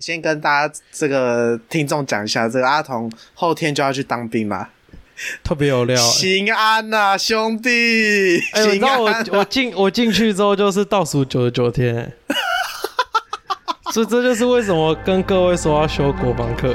先跟大家这个听众讲一下，这个阿童后天就要去当兵嘛。特别有料。平安呐、兄弟！哦哎、你知平道我安、啊我进我进去之后就是倒数九十九天、 欸所以这就是为什么跟各位说要修国防课。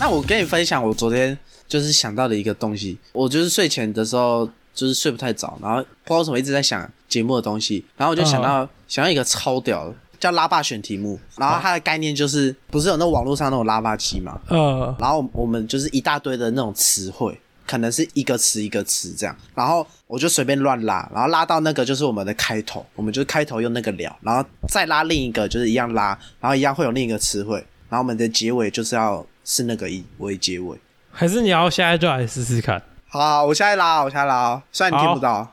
那我跟你分享，我昨天就是想到的一个东西，我就是睡前的时候就是睡不太着，然后不知道为什么一直在想节目的东西，然后我就想到、嗯想到一个超屌的，叫拉霸选题目，然后它的概念就是不是有那种网络上那种拉霸机嘛，呃，然后我们就是一大堆的那种词汇，可能是一个词一个词这样，然后我就随便乱拉，然后拉到那个就是我们的开头，我们就开头用那个聊，然后再拉另一个就是一样拉，然后一样会有另一个词汇，然后我们的结尾就是要是那个以为结尾。还是你要现在就来试试 看。好啊，我现在拉，我现在拉哦，虽然你听不到。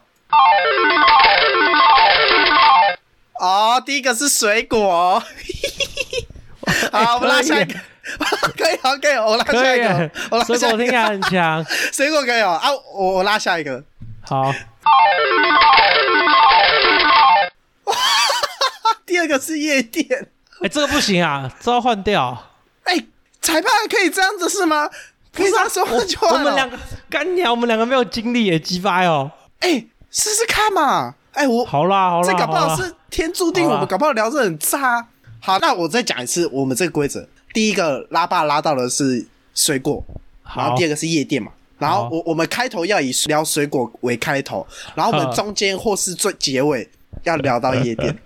哦，第一个是水 果。好，我们拉下一个。 可以，好，可以，我拉可下一以个欸，，我拉水下果一听个起。来很强。水果可以哦啊，我我拉下一个， 好，第二个是夜店。哎、这个不行啊，这要换掉。哎、裁判可以这样子是吗？可以这样说换就我换了。们两个干啊娘，我们两个没有经历也鸡掰哦。哎、试试看嘛。哎、我好啦，好啦，这搞不好好啦是天注定，好啦我们搞不好聊得很差。好，那我再讲一次我们这个规则。第一个拉霸拉到的是水果，然好后第二个是夜店嘛。然后好我我们开头要以聊水果为开头，然后我们嗯中间或是最结尾要聊到夜 店，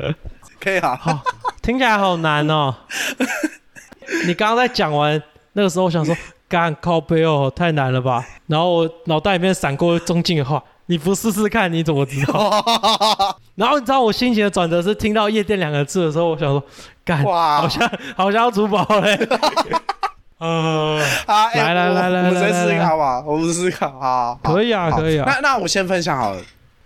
可以啊好好，听起来好难 哦。你刚刚在讲完那个时候，我想说，干靠背哦，太难了吧？然后我脑袋里面闪过中进的话，你不试试看你怎 么知道？然后你知道我心情的转折是听到夜店两个字的时候，我想说，干，哇好像好像要珠宝嘞。 呃，好，哎来来我来来我们来再来思来考吧，我们思考，好，好可以啊好可以啊那那我先分享好了，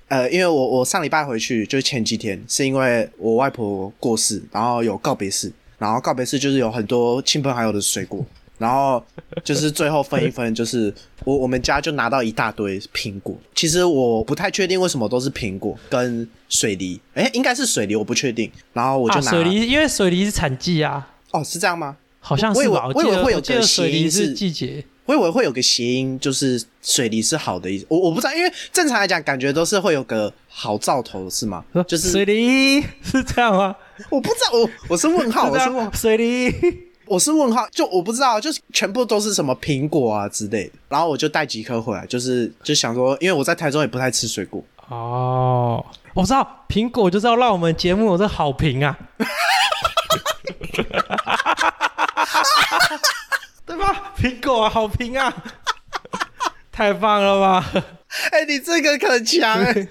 呃，因为我我上礼拜回去，就是前几天，是因为我外婆过世，然后有告别式，然后告别式就是有很多亲朋好友的水果，然后就是最后分一分，就是我我们家就拿到一大堆苹果，其实我不太确定为什么都是苹果跟水梨，哎，应该是水梨，我不确定，然后我就啊，拿、水梨，因为水梨是产季啊，哦，是这样吗？好像我以是为吧？记我以为得会有我记得个水谐音梨是是季节。我以为会有个谐音，就是水梨是好的意思，我我不知道，因为正常来讲，感觉都是会有个好兆头，是吗？就是水梨 是这样吗？我不知道，我我是问 号，是我这是样问，水梨。我是问号，就我不知道，就是全部都是什么苹果啊之类的，然后我就带几颗回来，就是就想说，因为我在台中也不太吃水果，哦，我知道苹果就是要让我们节目有这好 评啊，对吧？苹果啊，好评啊，太棒了吧！哎、你这个可强、欸，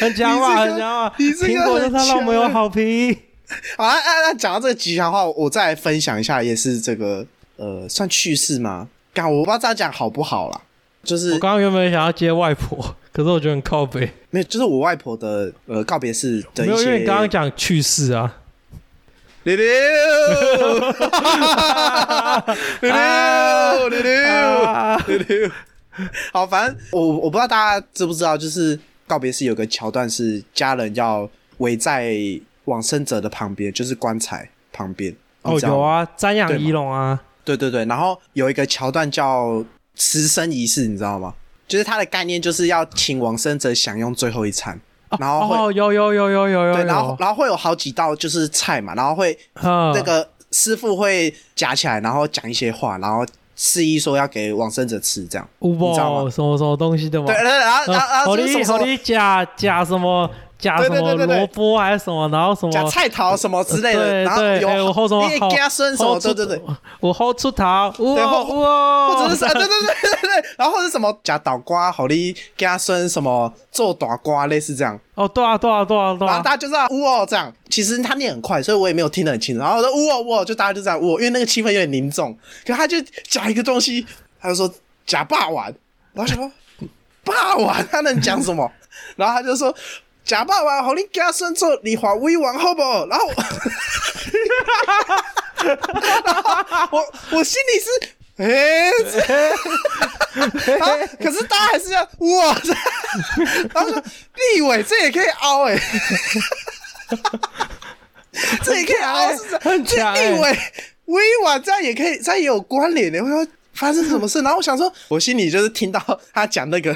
很强吧，你这个很强吧！你这个苹果就是要让我们有好评。好啊，那那讲到这个吉祥话，我再来分享一下，也是这个呃，算趣事吗？干，我不知道这样讲好不好啦，就是我刚刚原本想要接外婆，可是我觉得很靠北，没有，就是我外婆的呃告别式的没一有，因些。为你刚刚讲去世啊。六六， 六六，六六，啊六六。好，反正我我不知道大家知不知道，就是告别式有个桥段是家人要围在往生者的旁边，就是棺材旁边。哦你，知道吗有。啊，瞻对仰嘛仪容啊，对对对，然后有一个桥段叫辞生仪式，你知道吗？就是它的概念就是要请往生者享用最后一餐，然后会、哦，有有有有有有对，有，然后然后会有好几道就是菜嘛，然后会那那个师傅会夹起来，然后讲一些话，然后示意说要给往生者吃，这样。乌你知道吗宝什么什么东西的嘛？对，然 后然后 然后啊嗯好就是什利么什好么利假假什么假什对对么对对对萝卜还是什么，然后什么夹菜桃什么之类的，对然后对，哎有我后什么你好给他孙什么，后对出对对，，我后出桃，对哇后哇，或者是啊啥，对对对对对，然后或者什么夹倒瓜，好利给他孙什么做短瓜，类似这样。 哦，对啊对啊对啊对然后啊大，家就这样呜哦这样，其实他念很快，所以我也没有听得很清楚。然后我说呜哦呜哦，就大家就这样呜哦，因为那个气氛有点凝重。可他就讲一个东西，他就说 假霸王，然后我想说霸王他能讲什么？然后他就说假爸爸，好你家孙做你华威王好不好？然后我， 然后我 我心里是，哎、这然后可是大家还是要哇，然后说立委这也可以凹哎、这也可以凹是这很这强欸立委威王这样也可以，这样也有关联的、欸我说发生什么事？然后我想说，我心里就是听到他讲那个，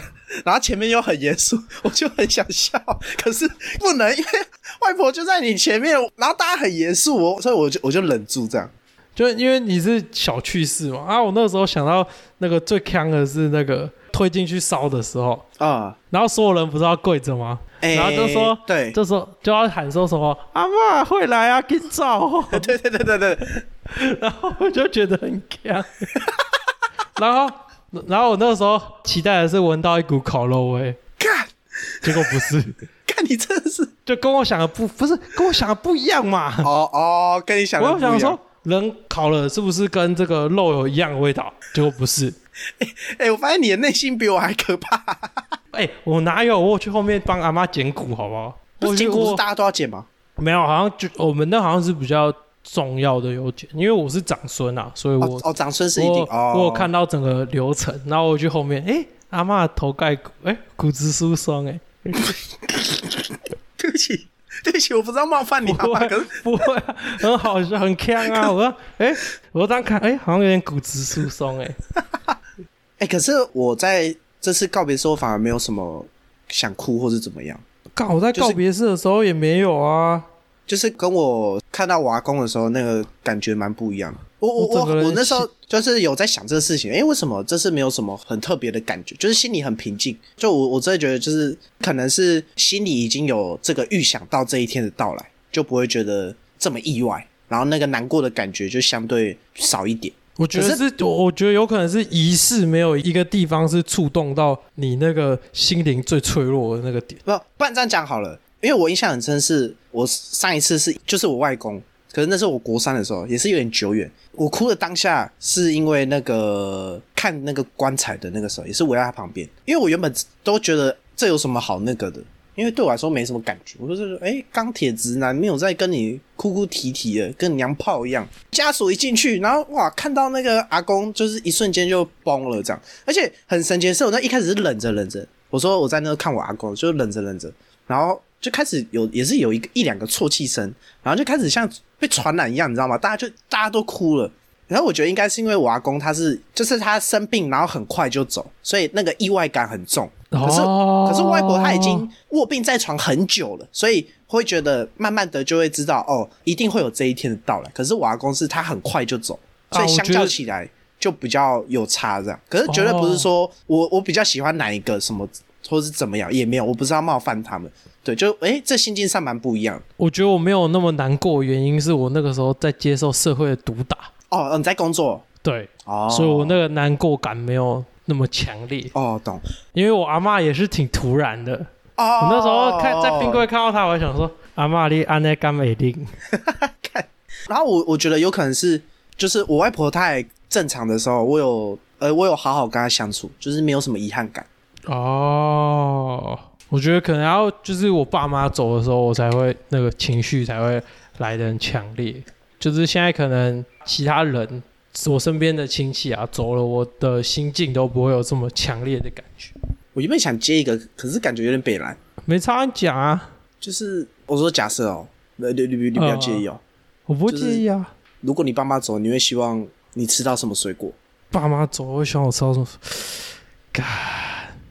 然后前面又很严肃，我就很想笑，可是不能，因为外婆就在你前面，然后大家很严肃，我所以我就我就忍住这样。 就因为你是小趣事嘛，啊，我那时候想到那个最坑的是那个推进去烧的时候，啊、然后所有人不是要跪着吗？哎然后就说，对就说就要喊说什么阿妈会来啊，给照， 对对对对对，然后我就觉得很强， 然后然后我那时候期待的是闻到一股烤肉味，干结果不是，干你真的是，就跟我想的不不是跟我想的不一样嘛， 哦哦，跟你想的我不就一样想说。人烤了是不是跟这个肉有一样的味道？结果不是，哎、我发现你的内心比我还可怕。哎、我哪有？我有去后面帮阿妈剪骨，好不好？不我是去筋骨是我大家都要剪吗？没有，好像就我们那好像是比较重要的有剪，因为我是长孙啊，所以我、哦哦，长孙是一定我、哦。我有看到整个流程，然后我去后面，哎、阿妈头盖骨，哎、骨质疏松、 哎，对不起，对不起，我不知道冒犯你不好吧？会可是不会啊，很好笑，很呛啊！我说， 哎、我当看，哎、好像有点骨质疏松、哎，哎、可是我在这次告别的时候反而没有什么想哭或是怎么样，刚我在就是告别式的时候也没有啊，就是跟我看到我阿公的时候那个感觉蛮不一样的。我我我我整个人我那时候就是有在想这个事情，哎、为什么这次没有什么很特别的感觉？就是心里很平静。就我我真的觉得，就是可能是心里已经有这个预想到这一天的到来，就不会觉得这么意外，然后那个难过的感觉就相对少一点。我觉得可是，我我觉得有可能是仪式没有一个地方是触动到你那个心灵最脆弱的那个点。不，不然这样讲好了，因为我印象很深是，我上一次是就是我外公，可是那是我国三的时候，也是有点久远。我哭的当下是因为那个看那个棺材的那个时候，也是围在他旁边，因为我原本都觉得这有什么好那个的。因为对我来说没什么感觉，我就是哎，钢铁直男没有在跟你哭哭啼啼的，跟娘炮一样。家属一进去，然后哇，看到那个阿公，就是一瞬间就崩了这样。而且很神奇的是，我那一开始是忍着忍着，我说我在那看我阿公，就忍着忍着，然后就开始有也是有一个一两个啜泣声，然后就开始像被传染一样，你知道吗？大家就大家都哭了。然后我觉得应该是因为我阿公他是就是他生病，然后很快就走，所以那个意外感很重。可是、哦可是外婆她已经卧病在床很久了，所以会觉得慢慢的就会知道哦，一定会有这一天的到来。可是我阿公是他很快就走，啊所以我相觉得较起来就比较有差这样。可是绝对不是哦说我我比较喜欢哪一个什么，或是怎么样也没有，我不是要冒犯他们。对，就诶，这心境上蛮不一样的我觉得我没有那么难过，原因是我那个时候在接受社会的毒打，哦。哦你在工作对，哦，所以我那个难过感没有那么强烈，哦懂因为我阿嬷也是挺突然的。哦，我那时候看在冰柜看到她，我还想说阿嬷你安内干美定，然后我我觉得有可能是，就是我外婆太正常的时候，我有呃，我有好好跟她相处，就是没有什么遗憾感。哦，我觉得可能要就是我爸妈走的时候，我才会那个情绪才会来的很强烈。就是现在可能其他人，我身边的亲戚啊走了，我的心境都不会有这么强烈的感觉。我原本想接一个，可是感觉有点北蓝，没差你讲啊，就是我说假设哦，呃你你你你不要嗯介意哦。我不会就是介意啊。如果你爸妈走，你会希望你吃到什么水果？爸妈走，我会想我吃到什么？ 干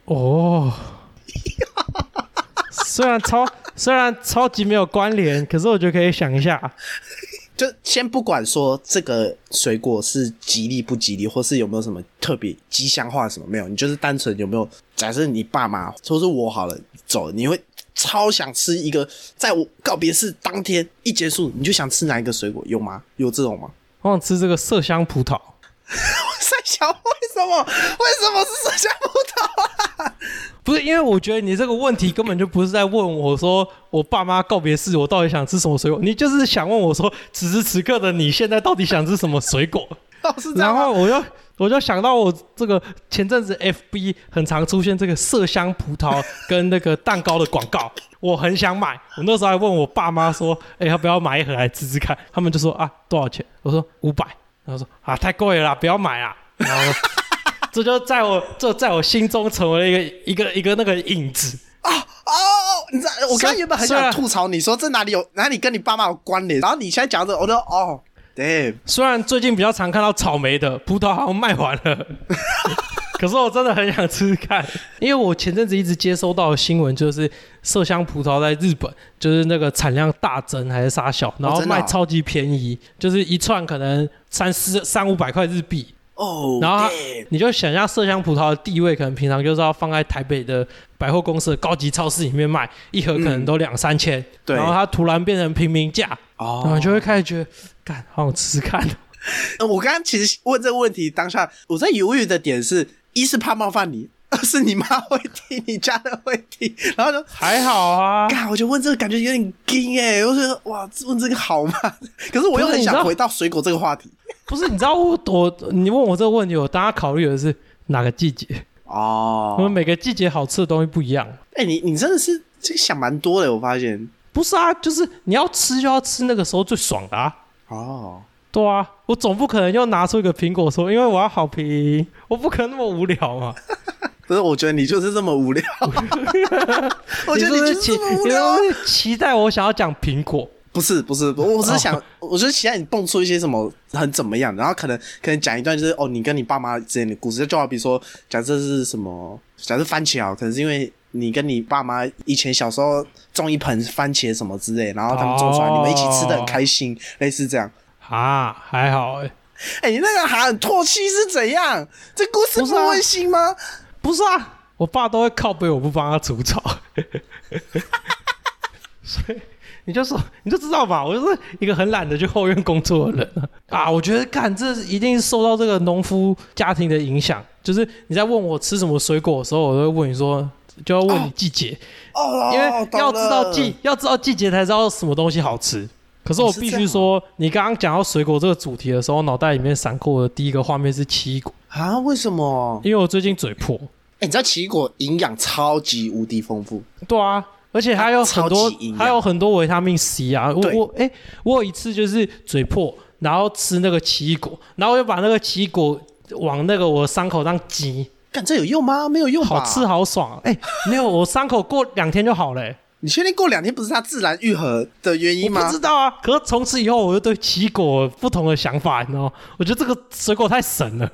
哦， 虽然超虽然超级没有关联，可是我觉得可以想一下。就先不管说这个水果是吉利不吉利，或是有没有什么特别吉祥话什么没有，你就是单纯有没有？假设你爸妈或是我好了走，你会超想吃一个，在我告别式当天一结束，你就想吃哪一个水果？有吗？有这 种吗？ 我想吃这个麝香葡萄。我在想为什么？为什么是麝香葡萄？不是，因为我觉得你这个问题根本就不是在问我说我爸妈告别式我到底想吃什么水果，你就是想问我说此时此刻的你现在到底想吃什么水果。老是这样啊然吗后我就我就想到我这个前阵子 FB 很常出现这个麝香葡萄跟那个蛋糕的广告， 我很想买。我那时候还问我爸妈说，哎、要不要买一盒来吃吃看？他们就说啊，多少钱？我说五百。然后说啊，太贵了啦，不要买啦。然后这就在我这在我心中成为了一个一个一个那个影子。哦，你知道，我刚刚原本很虽想然吐槽你说这哪里有哪里跟你爸妈有关联，然后你现在讲这，我就哦，对，虽然最近比较常看到草莓的，葡萄好像卖完 了，可是我真的很想吃吃看，因为我前阵子一直接收到的新闻就是麝香葡萄在日本就是那个产量大增还是啥小，然后真的啊卖超级便宜，就是一串可能三四三五百块日币，哦，然后它 damn 你就想象麝香葡萄的地位，可能平常就是要放在台北的百货公司的高级超市里面卖，一盒可能都两三千，对然后它突然变成平民价，然后哦你，就会开始觉得，干好想吃吃看。呃我刚刚其实问这个问题，当下我在犹豫的点是，一是怕冒犯你，二是你妈会听你家的会听，然后就。还好啊，干，我就问这个感觉有点惊哎、我就觉得哇，问这个好吗？ 可是我又不是很你知想道回到水果这个话题。不是，你知道我我你问我这个问题，我当然考虑的是哪个季节，哦我们每个季节好吃的东西不一样。哎、你你真的是这个想蛮多的，我发现。不是啊，就是你要吃就要吃那个时候最爽的啊。哦，对啊，我总不可能又拿出一个苹果说，因为我要好评，我不可能那么无聊嘛。不是，我觉得你就是这么无 聊。 我觉得你你是就不是是期，这么无你聊啊。是不是期待我想要讲苹果，不是不是，我我哦只是想，我就是期待你蹦出一些什么很怎么样，然后可能可能讲一段就是哦，你跟你爸妈之间的故事，就好比说，假设是什么，假设番茄啊，可能是因为你跟你爸妈以前小时候种一盆番茄什么之类，然后他们种出来，哦你们一起吃的很开心，类似这样。啊，还好哎、哎、你那个喊很唾弃是怎样？这故事不不是啊温馨吗？不是啊，我爸都会靠背我不帮他除 草，所以你就说你就知道吧，我就是一个很懒得去后院工作的人啊啊。我觉得干这一定是受到这个农夫家庭的影响，就是你在问我吃什么水果的时候，我都会问你说。就要问你季节，哦，因为懂要知道了季要知道季节才知道什么东西好吃。可是哦我是必这须样说，你刚刚讲到水果这个主题的时候，脑袋里面闪过的第一个画面是奇异果，啊？为什么？因为我最近嘴破，哎、你知道奇异果营养超级无敌丰富，对啊，而且还有很它超多级营养，还有很多维他命 C 啊。我对我哎、我有一次就是嘴破，然后吃那个奇异果，然后我就把那个奇异果往那个我伤口上挤，干这有用吗？没有用吧？好吃好爽、啊。哎、没有，我伤口过两天就好了、欸。你确定过两天不是它自然愈合的原我因不吗知？道啊，可是从此以后我就对奇异果有不同的想法，你知道吗？我觉得这个水果太神了，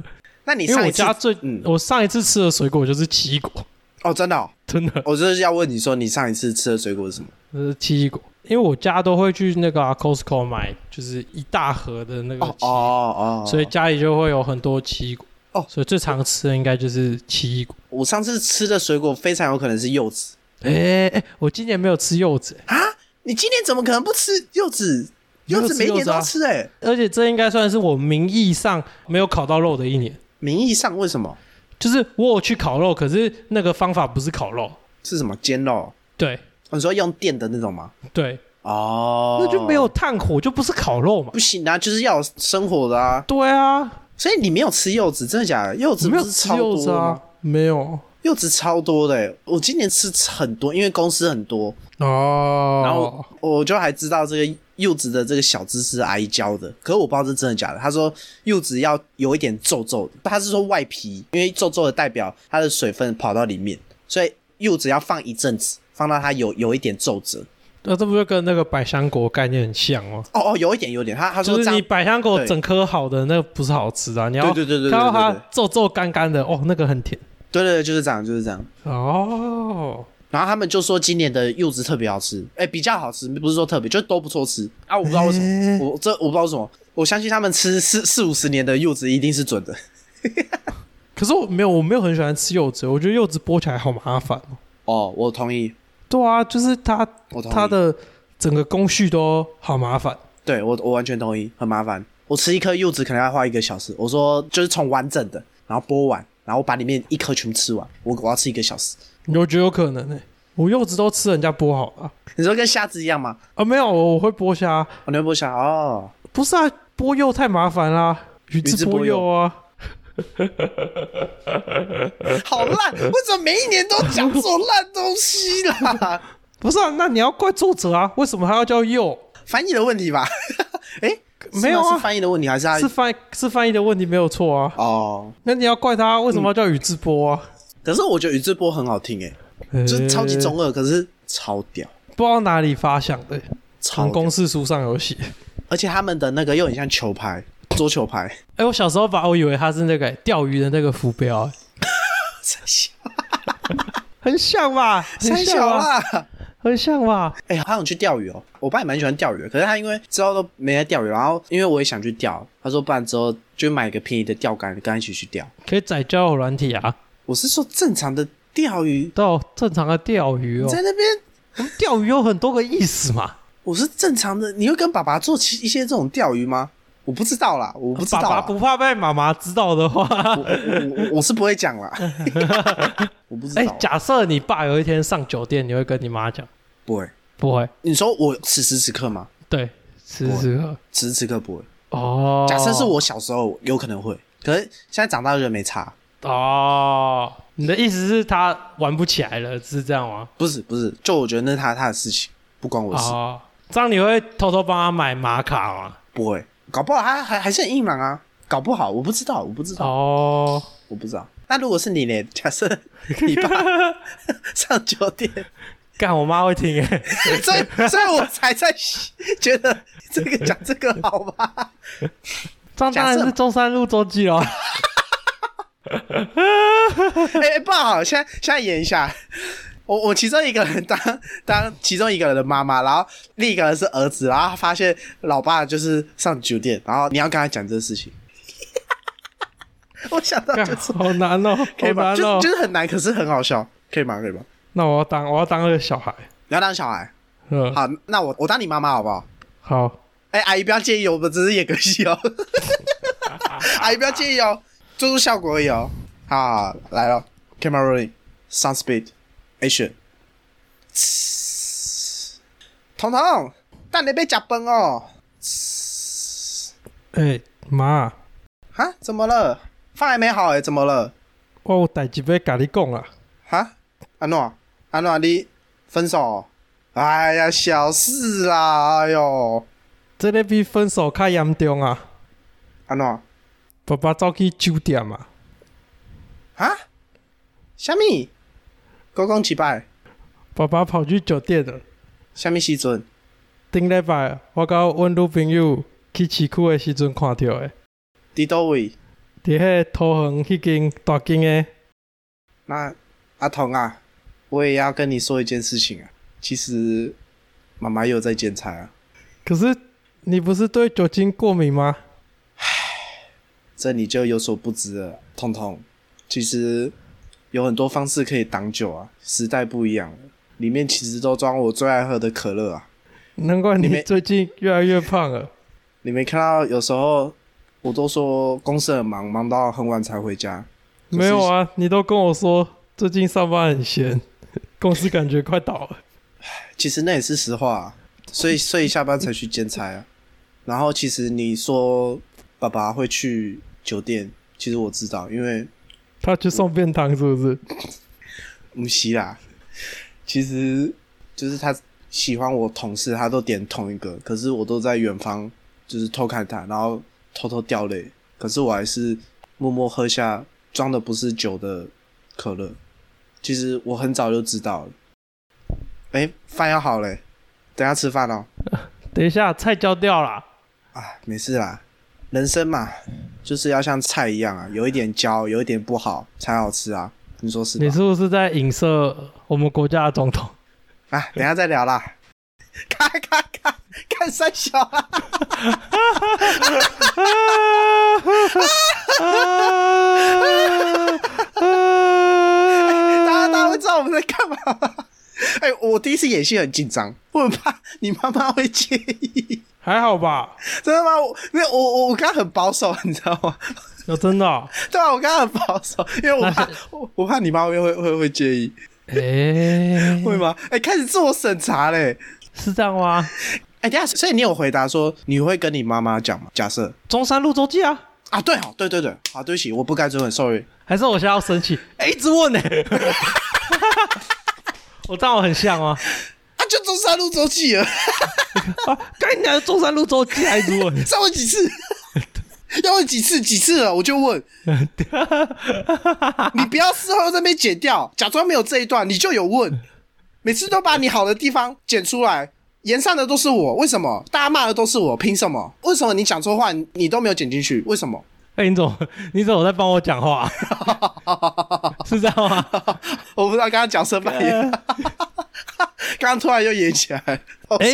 那你因为上我一次家最、嗯我上一次吃的水果就是奇异果， 哦，真的、哦，真的。我就是要问你说你上一次吃的水果是什么？呃，奇异果，因为我家都会去那个、啊、Costco 买，就是一大盒的那个哦奇异哦果，哦，所以家里就会有很多奇异果。哦所以最常吃的应该就是奇异果。我上次吃的水果非常有可能是柚子哎、哎、我今年没有吃柚子、哎啊！你今年怎么可能不吃柚子？没有柚子吃每一柚年子都啊要吃哎、而且这应该算是我名义上没有烤到肉的一年。名义上为什么就是我有去烤肉，可是那个方法不是烤肉，是什么煎肉？对哦你说用电的那种吗？对，哦，那就没有炭火，就不是烤肉嘛不。行啊，就是要有生火的啊。对啊，所以你没有吃柚子，真的假的？柚我子没不有是吃超柚多子的吗？啊，没有柚子超多的、欸，我今年吃很多，因为公司很多，哦。然后我就还知道这个柚子的这个小知识是阿姨教的，可是我不知道这真的假的。他说柚子要有一点皱皱的，他是说外皮，因为皱皱的代表它的水分跑到里面，所以柚子要放一阵子，放到它有有一点皱褶。那这不就跟那个百香果概念很像吗？哦哦，有一点有一点，他他说就是这你样。百香果对整颗好的那个不是好吃啊，你要对对对对对看到它对对皱皱干干的，哦，那个很甜对对对，就是这样，就是这样。哦。然后他们就说今年的柚子特别好吃，哎，比较好吃，不是说特别，就都不错吃啊！我不知哎道为什么，诶我这我不知道为什么，我相信他们吃四四五十年的柚子一定是准的。可是我没有，我没有很喜欢吃柚子，我觉得柚子剥起来好麻烦哦。哦，我同意，对啊，就是它我同意，它的整个工序都好麻烦。对我我完全同意，很麻烦。我吃一颗柚子可能要花一个小时，我说就是从完整的，然后剥完，然后把里面一颗全部吃完，我我要吃一个小时。我觉得有可能呢、我柚子都吃人家剥好了啊你说跟虾子一样吗？啊，没有，我我会剥虾，哦、你会剥虾哦，不是啊，剥柚太麻烦啦、鱼鱼翅翅剥柚剥柚啊，好烂！为什么每一年都讲这种烂东西啦？不是啊，那你要怪作者啊，为什么还要叫柚？ 翻译的问 题吧？哎、是吗没有啊是翻译的问题还是他是翻是翻译的问题没有错啊。哦？那你要怪他为什么要叫宇智波啊？可是我嗯觉得宇智波很好听哎、就是超级中呃，二，可是超屌，不知道哪里发想的，超从屌公式书上有写。而且他们的那个又很像球拍，桌球拍，哎、我小时候把我以为他是那个、钓鱼的那个浮标、 哎很像吧？很太像小啊吧？啦。很像吧？ 哎、他想去钓鱼哦，我爸也蛮喜欢钓鱼的，可是他因为之后都没来钓鱼，然后因为我也想去钓，他说不然之后就买个便宜的钓竿，跟他一起去钓。可以载交友软体啊，我是说正常的钓鱼，到正常的钓鱼你哦。在那边钓鱼有很多个意思嘛，我是正常的，你会跟爸爸做其一些这种钓鱼吗？我不知道啦，我不知道啊爸啦爸不怕被妈妈知道的话，我我我我是不会讲 啦，我不知道，哎、假设你爸有一天上酒店，你会跟你妈讲？不会。不会，你说我此时此刻吗？对，此时此刻。此时此刻不会。哦，假设是我小时候有可能会，可是现在长大就觉得没差。哦，你的意思是他玩不起来了，是这样吗？不是不是，就我觉得那是他他的事情，不关我的事，哦，这样你会偷偷帮他买玛卡吗？不会。搞不好他还还是很硬朗啊，搞不好我不知道，我不知道，哦，我不知道。那如果是你呢？假设你 爸上酒店，干我妈会 听哎，所以所以我才在觉得这个讲这个好吧？这样当假然设是中山路周记 喽。哎、不好，现在现在演一下。我我其中一个人当当其中一个人的妈妈，然后另一个人是儿子，然后他发现老爸就是上酒店，然后你要跟他讲这个事情。 我想到干就是好难哦，可好以吗？难就哦就。是很难，可是很好笑，可以吗？可以吗？那我要当我要当那个小孩，你要当小孩，嗯，好，那我我当你妈妈好不好？好，哎、阿姨不要介意哦，我们只是演个戏哦。 阿姨不要介意哦，做出效果而已哦。好，来了，camera rolling, sound speed, action。嘶彤彤，但你被夹崩哦。嘶哎妈，哈？怎么了？饭还没好哎、怎么了？我有代志要甲你讲啊，哈？安诺，安诺，你分手哦、哎呀，小事啦，哎呦，这个比分手较严重啊。安诺，爸爸走去酒店啊，哈？虾米？高讲几摆？爸爸跑去酒店了。虾米时阵？顶礼拜我甲阮女朋友去市区的时阵看到的，伫倒位？伫迄桃园迄间大间的，那阿童啊，我也要跟你说一件事情啊。其实妈妈又在剪彩啊，可是你不是对酒精过敏吗？这你就有所不知了。彤彤，其实有很多方式可以挡酒啊，时代不一样了，里面其实都装我最爱喝的可乐啊。难怪你你没最近越来越胖了。你没看到有时候我都说公司很忙，忙到很晚才回家。可是没有啊，你都跟我说最近上班很闲， 公司感觉快倒了。其实那也是实话、啊，所以所以下班才去兼差啊。然后其实你说爸爸会去酒店，其实我知道，因为他去送便当是不是？唔西啦。其实就是他喜欢我同事，他都点同一个，可是我都在远方就是偷看他，然后偷偷掉泪。可是我还是默默喝下装的不是酒的可乐。其实我很早就知道了。哎、饭要好嘞，等一下吃饭哦。等一下菜交掉啦。啊，没事啦，人生嘛，就是要像菜一样啊，有一点焦，有一点不好才好吃啊，你说是吧你？是不是在影射我们国家的总 统？啊，等一下再聊啦。 咔咔咔，看三小啊！大家大家会知道我们在干嘛吗？ 哎、我第一次演戏很紧张，我很怕你妈妈会介意，还好吧？真的吗？我没有，我我我刚刚很保守，啊你知道吗？ 有真的、哦？对啊，我刚刚很保守，因为我怕那我我怕你妈会会会会介意，哎、会吗？哎、开始自我审查嘞。是这样吗？哎、等一下，所以你有回答说你会跟你妈妈讲吗？假设中山路周记啊？啊，对哦，对对对，好，对不起，我不该追问，sorry。还是我现在要啊生气？哎、一直问呢、我这样我很像吗？就中山路走起了， 啊，干你娘的中山路走几还多？再问几次？要问几次？几次了？我就问，你不要事后在那边剪掉，假装没有这一段，你就有问。每次都把你好的地方剪出来，言上的都是我，为什么？大家骂的都是我，凭什么？为什么你讲错话你你都没有剪进去？为什么？ 哎、你怎么你怎么在帮我讲话、 是这样 吗？ 我不知道刚刚讲什么言，啊 刚刚突然又演 起来。哎、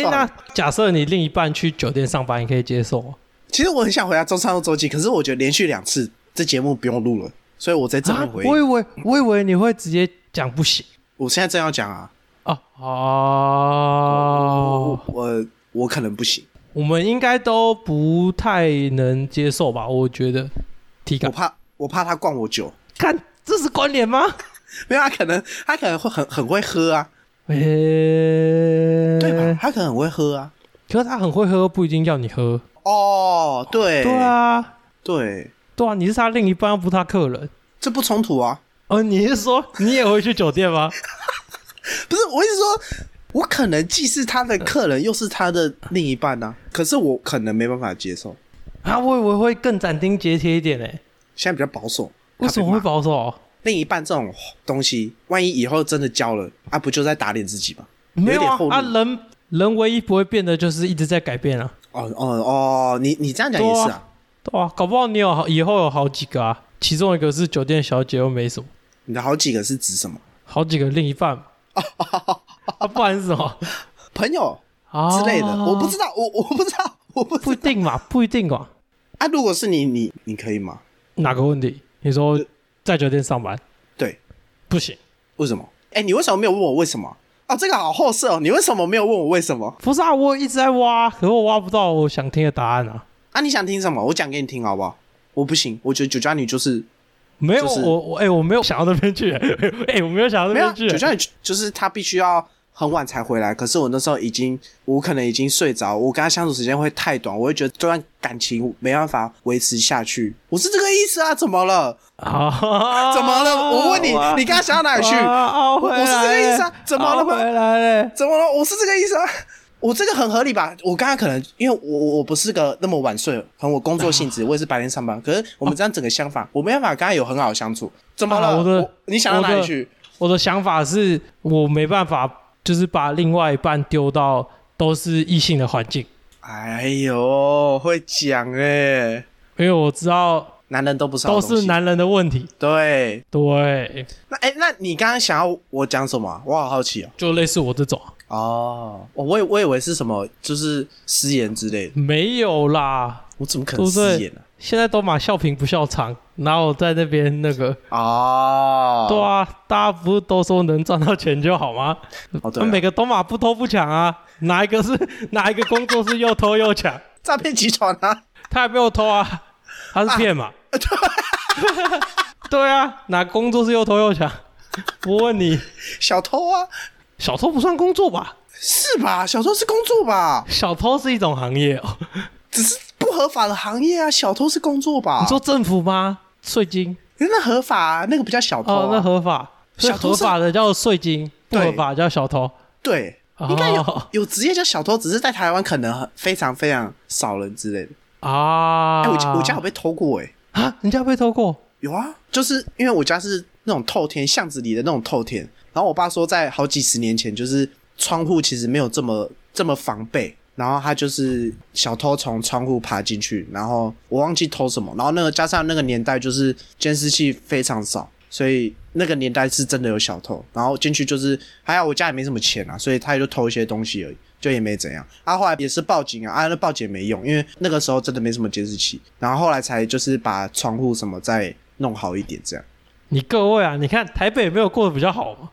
哎、那假设你另一半去酒店上班，你可以接受吗？其实我很想回答中山路周记，可是我觉得连续两次这节目不用录了，所以我在这边回应。啊我以为我以为你会直接讲不行我现在正要讲啊，啊哦，我我可能不行，我们应该都不太能接受吧？我觉得体我感怕我怕他灌我酒，看这是关联吗？没有他可能他可能会很很会喝啊，呃、对吧？他可能很会喝啊。可是他很会喝，不一定要你喝。哦，对对啊，对，对啊，你是他另一半，又不是他客人。这不冲突啊。哦，你是说 你也会去酒店吗？不是，我一直说，我可能既是他的客人，又是他的另一半呢、啊。可是我可能没办法接受，啊，我以为会更斩钉截铁一点呢。现在比较保守。为什么怕会被骂保守？另一半这种东西？万一以后真的交了啊，不就在打脸自己吗？没有有点啊后，路啊人人唯一不会变的就是一直在改变啊。哦哦哦，你你这样讲也是对啊，对啊，搞不好你有好以后有好几个啊，其中一个是酒店小姐又没什么，你的好几个是指什么？ 好几个另一半嘛，啊，不然是什么朋友 啊之类的，我不知道，我我不知道， 我不不一定嘛，不一定嘛。啊。如果是你，你你可以吗？哪个问题？你说在酒店上班呃对，不行？为什么？哎、你为什么没有问我为什么？哦，这个好后设哦，你为什么没有问我为什么？不是啊，我一直在挖，可是我挖不到我想听的答案啊。啊，你想听什么？我讲给你听好不好？我不行，我觉得酒家女就是没有，就是我我哎、我没有想到那边去、 哎、我没有想到没那有啊边去、酒家女就是她必须要很晚才回来。可是我那时候已经，我可能已经睡着，我跟她相处时间会太短，我会觉得这段感情没办法维持下去。我是这个意思啊？怎么了？啊，怎么了？我问你，你刚刚想到哪里去？啊、我我是这个意思啊怎么了回来嘞？怎么了？我是这个意思啊。我这个很合理吧？我刚刚可能因为我我我不是个那么晚睡，可能我工作啊性质，我也是白天上班。可是我们这样整个相反，我没办法跟他有很好的相处。怎么了？啊我的你想到哪我里的去？我的想法是我没办法，就是把另外一半丢到都是异性的环境，哎呦，会讲哎、因为我知道男人都不是好都东是西男人的问题。对。对，那哎、那你刚刚想要我讲什么啊？我好好奇哦。就类似我这种，哦，我我以我以为是什么，就是失言之类的。没有啦。我怎么可能对不对失言呢、啊现在都嘛笑贫不笑娼，哪有在那边那个？哦，对啊，大家不是都说能赚到钱就好吗？哦对啊、每个都嘛不偷不抢啊，哪一个是 哪一个工作是又偷又抢？诈骗集团啊，他也没有偷啊，他是 骗嘛？对啊，哪个工作是又偷又抢？我问你，小偷啊，小偷不算工作吧？是吧？小偷是工作吧？小偷是一种行业哦。啊只是不合法的行业啊，小偷是工作吧？你说政府吗？税金那合法、啊，那个不叫小偷、啊哦，那合法，所以小偷合是法的叫税金，不合对法叫小偷。对，应该有、哦有职业叫小偷，只是在台湾可能很非常非常少人之类的。啊！哎、我家我家有被偷过哎、啊，人家被偷过，有啊，就是因为我家是那种透天巷子里的那种透天，然后我爸说在好几十年前，就是窗户其实没有这么这么防备，然后他就是小偷从窗户爬进去，然后我忘记偷什么，然后那个加上那个年代就是监视器非常少，所以那个年代是真的有小偷，然后进去就是还好我家也没什么钱啊，所以他也就偷一些东西而已。就也没怎样，啊，后来也是报警啊，啊，那报警也没用，因为那个时候真的没什么监视器，然后后来才就是把窗户什么再弄好一点，这样。你各位啊，你看台北有没有过得比较好嘛？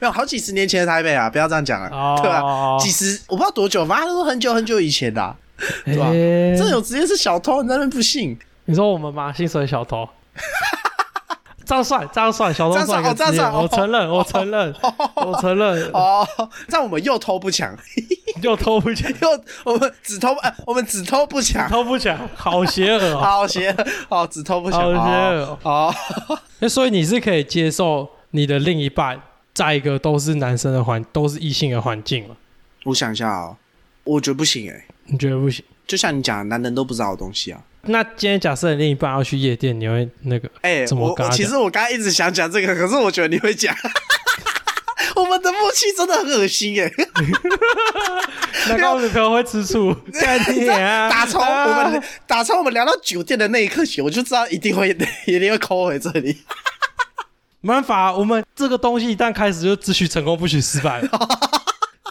没有，好几十年前的台北啊，不要这样讲了，哦对吧、几十，我不知道多久，反正都是很久很久以前的、啊，对吧、诶这种职业是小偷，你在那边不信？你说我们吗？薪水小偷，这样算，这样算，小偷这样算一个哦这样职业算哦我承认，我承认，我承认，哦，但我们又偷不抢， 又偷不抢，又我们只偷呃，我们只偷不抢，偷不抢，好邪恶哦！好邪恶，哦，只偷不抢，好邪哦恶哦，那所以你是可以接受你的另一半在一个都是男生的环，都是异性的环境嘛，我想一下哦，我觉得不行诶、你觉得不行？就像你讲的，男人都不知道的东西啊。那今天假设你另一半要去夜店，你会那个哎、怎么我跟我他其讲实我刚刚一直想讲这个，可是我觉得你会讲。 我们的默契真的很恶心欸耶！ 那高子可能会吃醋，干你啊！打从啊我们、打从我们聊到酒店的那一刻起，我就知道一定会 一定会抠回这里。没办法，我们这个东西一旦开始就只许成功不许失 败了，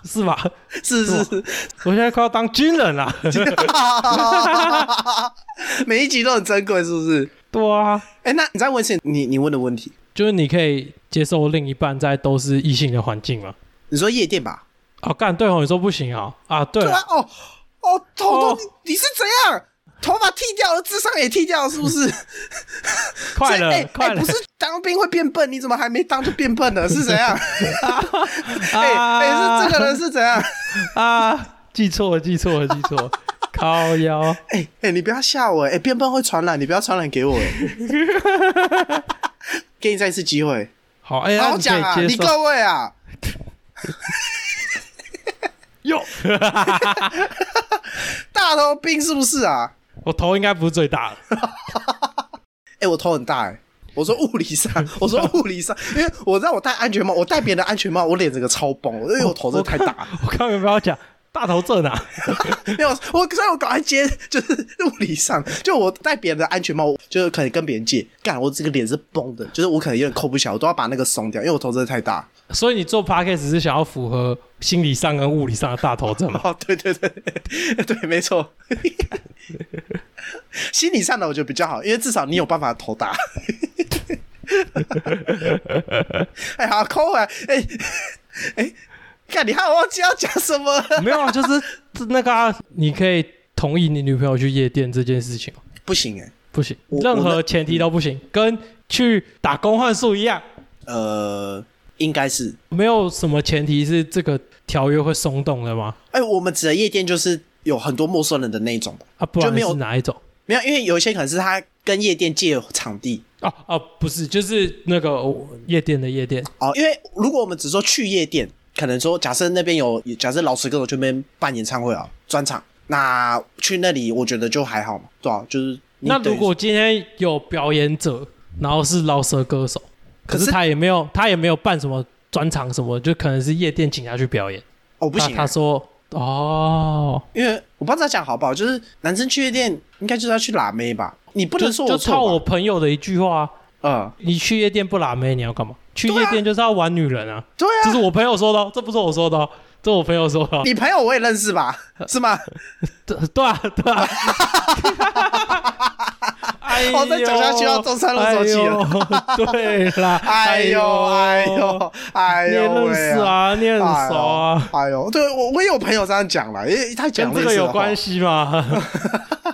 是吧？是是是，我现在快要当军人 了，每一集都很珍贵，是不是？对啊，哎、那你在问些你你问的问题，就是你可以接受另一半在都是异性的环境吗？你说夜店吧？哦，干对哦，你说不行啊、啊，对对啊啊，，哦哦，头头哦你你是怎样？头发剃掉了，智商也剃掉了，是不是？快所以了，哎快哎了不，是当兵会变笨，你怎么还没当就变笨了？是怎 样？哎啊哎，是这个人是怎样？啊，记错了，记错了，记 错了，靠腰，哎哎，你不要吓我！哎，变笨会传染，你不要传染给我！哎， 给你再一次机会，好，哎、好那好你可讲啊！以你接受各位啊，哟，大头兵是不是啊？我头应该不是最大的， 哎，我头很大哎。我说物理 上，我说物理上，因为我让我戴安全帽，我戴别人的安全帽，我脸整个超崩，因为我头真的太大了。我刚刚有没有讲大头症啊？ 没有，我虽然我赶快接，就是物理上，就我戴别人的安全帽，就是可能跟别人借，干我这个脸是崩的，就是我可能有点扣不起来，我都要把那个松掉，因为我头真的太大。所以你做 podcast 是想要符合心理上跟物理上的大头症吗？ 哦，对对对对，没错。 心理上的我觉得比较好，因为至少你有办法头打。 哎，好抠啊！哎哎，看你害我忘记要讲什么 了。 没有啊，就是那个、啊，你可以同意你女朋友去夜店这件事情吗哦不行哎、不行，我任我何那嗯前提都不行，跟去打工换宿一样，呃，应该是没有什么前提是这个条约会松动的吗？哎、我们指的夜店就是有很多陌生人的那一种吧？啊，不就然没有是哪一种？没有，因为有一些可能是他跟夜店借场地哦哦，不是，就是那个哦夜店的夜店，哦。因为如果我们只说去夜店，可能说假设那边有，假设老师歌手这边办演唱会啊，专场，那去那里我觉得就还好嘛，对啊，就是你那等如于果今天有表演者，然后是饶舌歌手，可可是是他也没有，他也没有办什么专场什么，就可能是夜店请他去表演。哦不行他，他说哦，因为我不知道讲好不好，就是男生去夜店应该就是要去拉妹吧，你不不能说就我就套我错吧？朋友的一句话啊，嗯，你去夜店不拉妹，你要干嘛？去对啊夜店就是要玩女人啊，对这啊，是我朋友说的哦，这不是我说的哦，这我朋友说的哦，你朋友我也认识吧？是 吗？对对啊 对啊。哎呦哦再讲下去要中山路手机了。哎呦对啦，哎呦哎呦哎你也呦认喂识！啊，你也很熟啊，哎呦，哎呦对我我也有朋友这样讲啦，因为他讲跟这个类似的有话关系吗？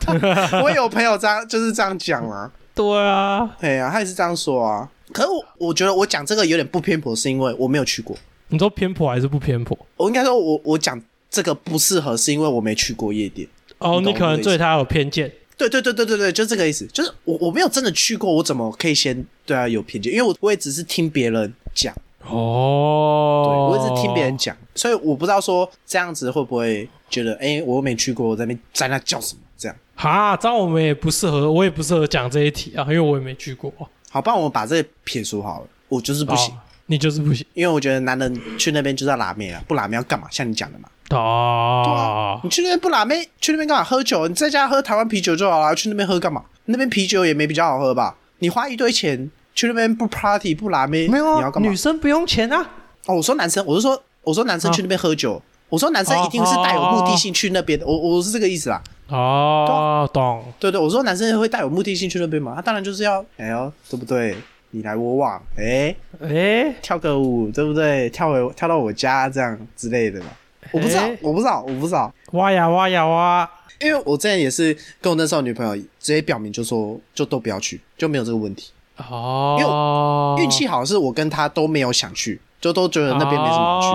我也有朋友这样就是这样讲啊，对啊，哎呀、他也是这样说啊。可是我我觉得我讲这个有点不偏颇，是因为我没有去过。你说偏颇还是不偏颇？我应该说我我讲这个不适合，是因为我没去过夜店。哦，你懂你可我能的意对思他有偏见。对对对对对对，就这个意思。就是我我没有真的去过，我怎么可以先对啊他有偏见？因为我我也只是听别人讲，对哦，我也是听别人讲，所以我不知道说这样子会不会觉得，哎、我又没去过，我在那边在那叫什么这样？哈，这样我们也不适合，我也不适合讲这一题啊，因为我也没去过。好，不然我们把这个撇除好了。我就是不行，哦，你就是不行。因为我觉得男人去那边就是要拉面啊，不拉面要干嘛？像你讲的嘛。哦，你去那边不拉妹，去那边干嘛？喝酒？你在家喝台湾啤酒就好了，去那边喝干嘛？那边啤酒也没比较好喝吧？你花一堆钱去那边不 party 不拉妹，没有你啊要，干嘛女？啊生不用钱啊。哦，我说男生，我是说，我说男生去那边喝酒，我说男生一定是带有目的性去那边的，我我是这个意思啦。哦，懂。对啊对，我说男生会带有目的性去那边嘛，他当然就是要，哎呦，对不对？你来我往，哎，哎，跳个舞，对不对？跳回跳到我家这样之类的嘛。我不知道哎，我不知道，我不知道。挖呀挖呀挖。因为我之前也是跟我那时候女朋友直接表明，就说就都不要去，就没有这个问题。哦，运气好是我跟她都没有想去，就都觉得那边没什么好去。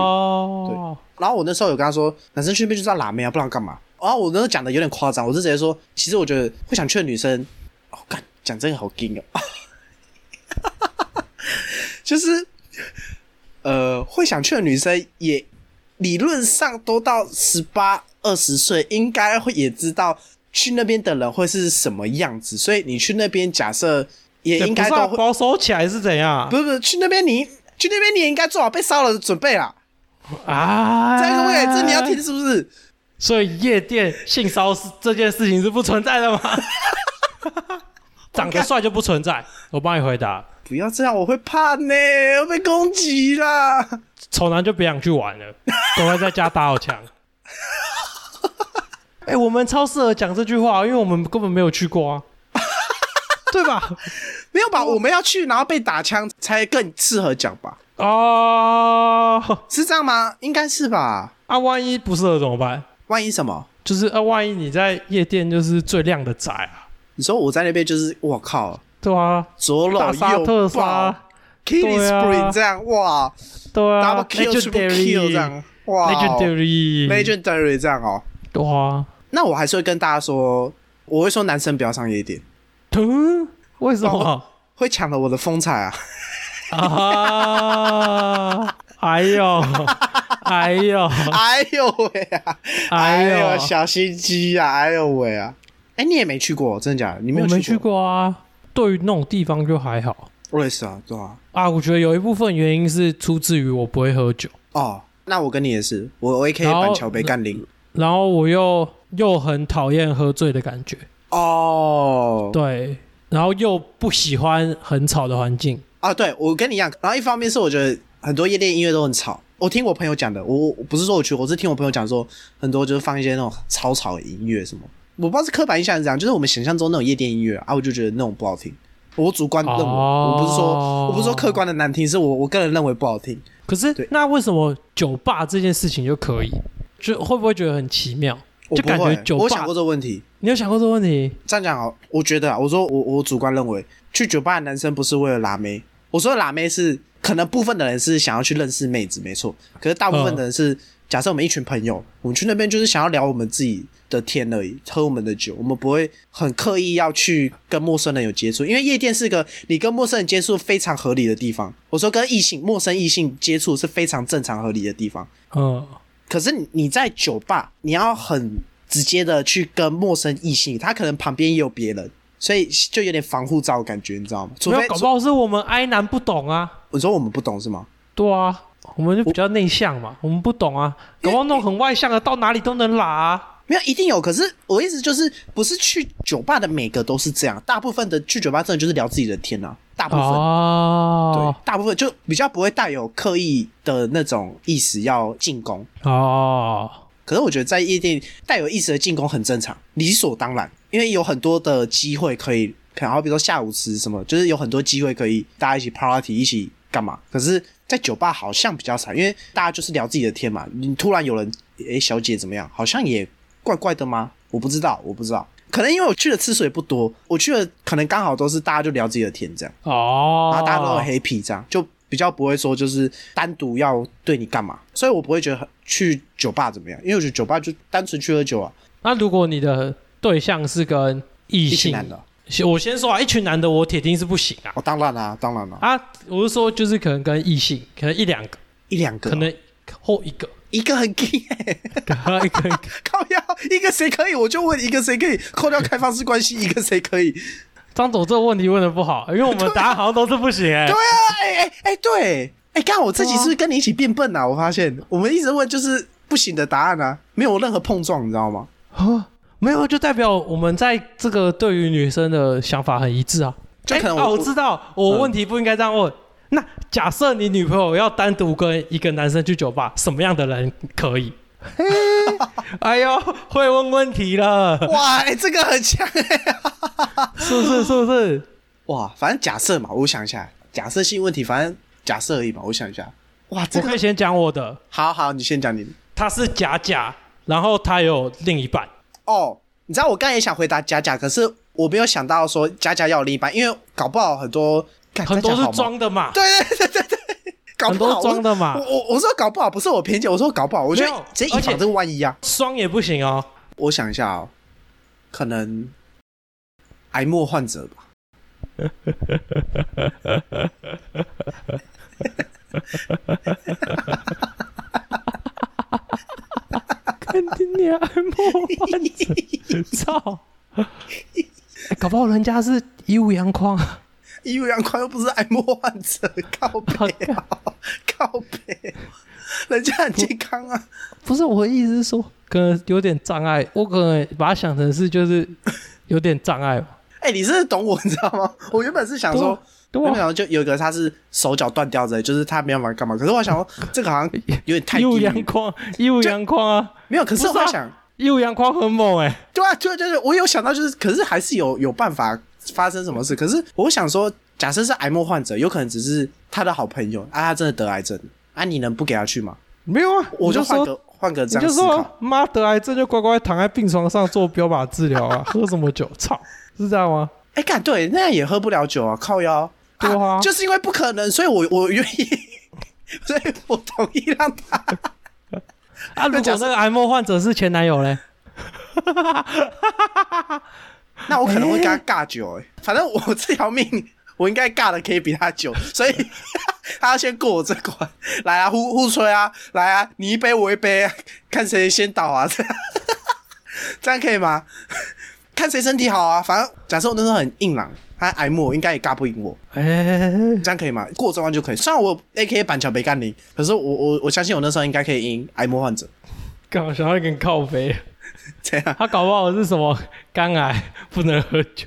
哦，然后我那时候有跟她说，男生去那边就是要拉妹啊，不然干嘛？然后我那时候讲的有点夸张，我是直接说，其实我觉得会想去的女生，哦，干 讲这个好劲哦，就是呃，会想去的女生也理论上都到十八二十岁，应该会也知道去那边的人会是什么样子，所以你去那边假设也应该不是啊啊都会，保守起来是怎样？不是不是去那边你去那边你也应该做好被骚扰的准备啦，啊，这样位这你要听是不是？所以夜店性骚是这件事情是不存在的吗？ 长得帅就不存在，我帮你回答。不要这样，我会怕呢，我被攻击啦。丑男就别想去玩 了，赶快在家打好枪。 哎、我们超适合讲这句话，因为我们根本没有去过 啊，对吧？ 没有吧？我们要去，然后被打枪才更适合讲吧？哦、是这样吗？应该是吧？啊，万一不适合怎么办？万一什么？就是啊，万一你在夜店就是最靓的仔啊，你说我在那边就是我靠，对啊，左大搂杀右特抱杀， ，Kitty 对啊 Spring 这样哇对啊，Double Kill Triple Kill 这，Legendary，Legendary，样哇 Legendary Legendary 这样哦。哇，那我还是会跟大家说，我会说男生不要上夜店，嗯，为什么会抢了我的风采啊！啊？哎 呦，哎呦， 哎呦喂啊！哎呦，呦，小心机啊！哎呦喂啊！哎，你也没去过，真的假的？你没有我没去过？过啊。对于那种地方就还好我也是啊，对啊。啊，我觉得有一部分原因是出自于我不会喝酒，哦，那我跟你也是，我 AK 然后板桥被干零。然后我又又很讨厌喝醉的感觉，哦，对，然后又不喜欢很吵的环境，啊，对，我跟你一样。然后一方面是我觉得很多夜店音乐都很吵，我听我朋友讲的，我我不是说我去，我是听我朋友讲说，很多就是放一些那种超吵的音乐什么，我不知道是刻板印象还是怎样，就是我们想象中那种夜店音乐啊，我就觉得那种不好听。我主观认为，哦我不是说我不是说客观的难听，是我我个人认为不好听。可是对那为什么酒吧这件事情就可以？就会不会觉得很奇妙？我就不感会觉，酒我吧，想过这个问题。你有想过这个问题？这样讲好，我觉得啊，我说我我主观认为，去酒吧的男生不是为了拉妹，我说的拉妹是可能部分的人是想要去认识妹子，没错，可是大部分的人是、假设我们一群朋友，我们去那边就是想要聊我们自己的天而已，喝我们的酒，我们不会很刻意要去跟陌生人有接触，因为夜店是个你跟陌生人接触非常合理的地方。我说跟异性、陌生异性接触是非常正常合理的地方，嗯，可是你你在酒吧，你要很直接的去跟陌生异性，他可能旁边也有别人，所以就有点防护罩的感觉，你知道吗？除没非有，搞不好是我们哀男不懂啊。你说我们不懂是吗？对啊，我们就比较内向嘛，我们不懂啊。搞不好那种很外向的，到哪里都能拉、啊。没有，一定有。可是我意思就是，不是去酒吧的每个都是这样，大部分的去酒吧真的就是聊自己的天啊，大部分、哦，对，大部分就比较不会带有刻意的那种意识要进攻。哦，可是我觉得在夜店带有意识的进攻很正常，理所当然，因为有很多的机会可以，可能好比如说下午吃什么，就是有很多机会可以大家一起 party 一起干嘛。可是，在酒吧好像比较少，因为大家就是聊自己的天嘛。你突然有人，诶、小姐怎么样？好像也怪怪的吗？我不知道，我不知道。可能因为我去的次数也不多，我去的可能刚好都是大家就聊自己的天这样，哦，然后大家都很 happy 这样，就比较不会说就是单独要对你干嘛，所以我不会觉得很去酒吧怎么样，因为我觉得酒吧就单纯去喝酒啊，那如果你的对象是跟异一群性，男的，我先说啊，一群男的我铁定是不行啊。哦，当然啦、当然啦、啊，我是说，就是可能跟异性，可能一两个，一两个哦，可能或一个， 一个很 gay，、欸、 可能一个一个。靠腰，一个谁可以？我就问一个谁可以，扣掉开放式关系，一个谁可以？张总这个问题问的不好，因为我们答案好像都是不行哎、对啊，哎哎哎，对，哎，刚好我自己是不是跟你一起变笨啊？我发现我们一直问就是不行的答案啊，没有任何碰撞，你知道 吗？啊，没有，就代表我们在这个对于女生的想法很一致啊。就可能哎我嗯哦，我知道，我问题不应该这样问。那假设你女朋友要单独跟一个男生去酒吧，什么样的人可以？ 哎呦，会问问题了，哇，哎，这个很强、欸，是不是？是不是？哇，反正假设嘛，我想一下，假设性问题，反正假设而已嘛，我想一下，哇，这我个可以先讲我的，好好，你先讲你的他是假假，然后他有另一半。哦。你知道我刚才也想回答假假，可是我没有想到说假假要有另一半，因为搞不好很多干很多这样讲是好吗，装的嘛，对对对对对，搞很不多好是装的嘛我，我我说搞不好不是我偏见，我说搞不好，我觉没得有直接而以且防这个万一啊。双也不行哦。我想一下哦，可能癌末患者吧。看你娘，莫乱整，操！哎搞不好人家是以武扬匡啊。医务阳光又不是爱莫患者，靠北 啊，靠北，人家很健康啊。不是我的意思是说，可能有点障碍，我可能把它想成是就是有点障碍吧。哎、你真的懂我，你知道吗？ 我原本是想说，对原本啊，想说就有一个他是手脚断掉的，就是他没有办法干嘛。可是我想说，这个好像有 点太一低五阳龄，光，一五阳光啊，没有。可是不是啊我在想，一五阳光很猛哎、对啊，对啊对啊对啊，我有想到，就是可是还是有有办法发生什么事。可是我想说，假设是癌末患者，有可能只是他的好朋友啊，他真的得癌症了啊，你能不给他去吗？没有啊，我你就就换说，个换个这你样就思考。说，妈得癌症就乖乖躺在病床上做标靶治疗啊， 喝什么酒，操，是这样吗？哎、干对，那样也喝不了酒啊，靠腰。对啊就是因为不可能，所以我我愿意， 所以我同意让他。啊，如那果假那设个癌末患者是前男友嘞， 那我可能会跟他尬酒、欸，反正我这条命， 我应该尬的可以比他久， 所以他要先过我这关。来啊，互互吹啊，来啊，你一杯我一杯、啊， 看谁先倒啊， 这样这样可以吗？ 看谁身体好啊，反正假设我那时候很硬朗，他挨我应该也尬不赢我。哎、这样可以吗？过这关就可以。虽然我 A K 板桥没干你，可是我我我相信我那时候应该可以赢癌末患者。刚好想到一个靠肥，这样，他搞不好是什么肝癌不能喝 酒。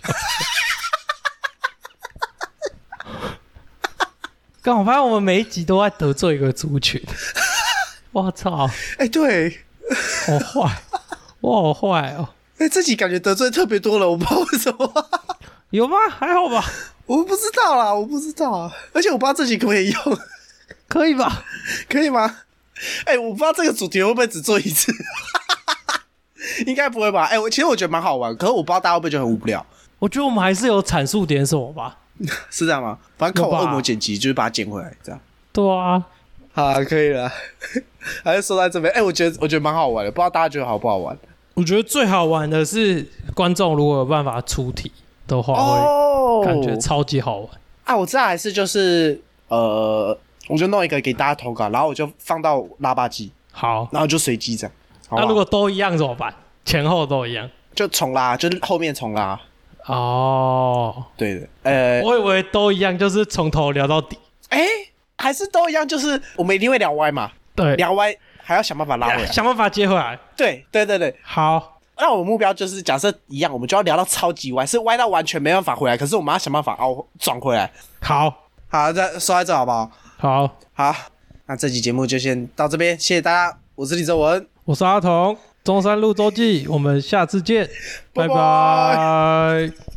刚好发现我们每一集都在得罪一个族群，我操，哎、对，好坏，我好坏哦，哎、自己感觉得罪特别多了，我不知道为什么，有吗？还好吧，我不知道啦，我不知道啊，而且我不知道自己可不可以用， 可以吧？可以吗？哎、我不知道这个主题会不会只做一次， 应该不会吧？哎、我其实我觉得蛮好玩，可是我不知道大家会不会觉得很无聊，我觉得我们还是有阐述点什么吧。是这样吗？反正靠我有吧恶魔剪辑，就是把它剪回来，这样。对啊，好、啊，可以了， 还是说在这边。哎、我觉得我觉得蛮好玩的，不知道大家觉得好不好玩？我觉得最好玩的是观众如果有办法出题的话，哦会感觉超级好玩。啊，我知道还是就是呃，我就弄一个给大家投稿，然后我就放到拉巴机，好，然后就随机这样。好不那好啊如果都一样怎么办？前后都一样。就重拉，就是后面重拉，哦，对的。呃，我以为都一样，就是从头聊到底。哎、还是都一样，就是我们一定会聊歪嘛，对，聊歪还要想办法拉回来。哎想办法接回来。对对对对，好，那我们目标就是假设一样，我们就要聊到超级歪，是歪到完全没办法回来，可是我们要想办法凹转回来。好，好，再说在这好不好？好，好，那这期节目就先到这边，谢谢大家，我是李哲文。我是阿童，中山路周记，我们下次见，拜拜拜拜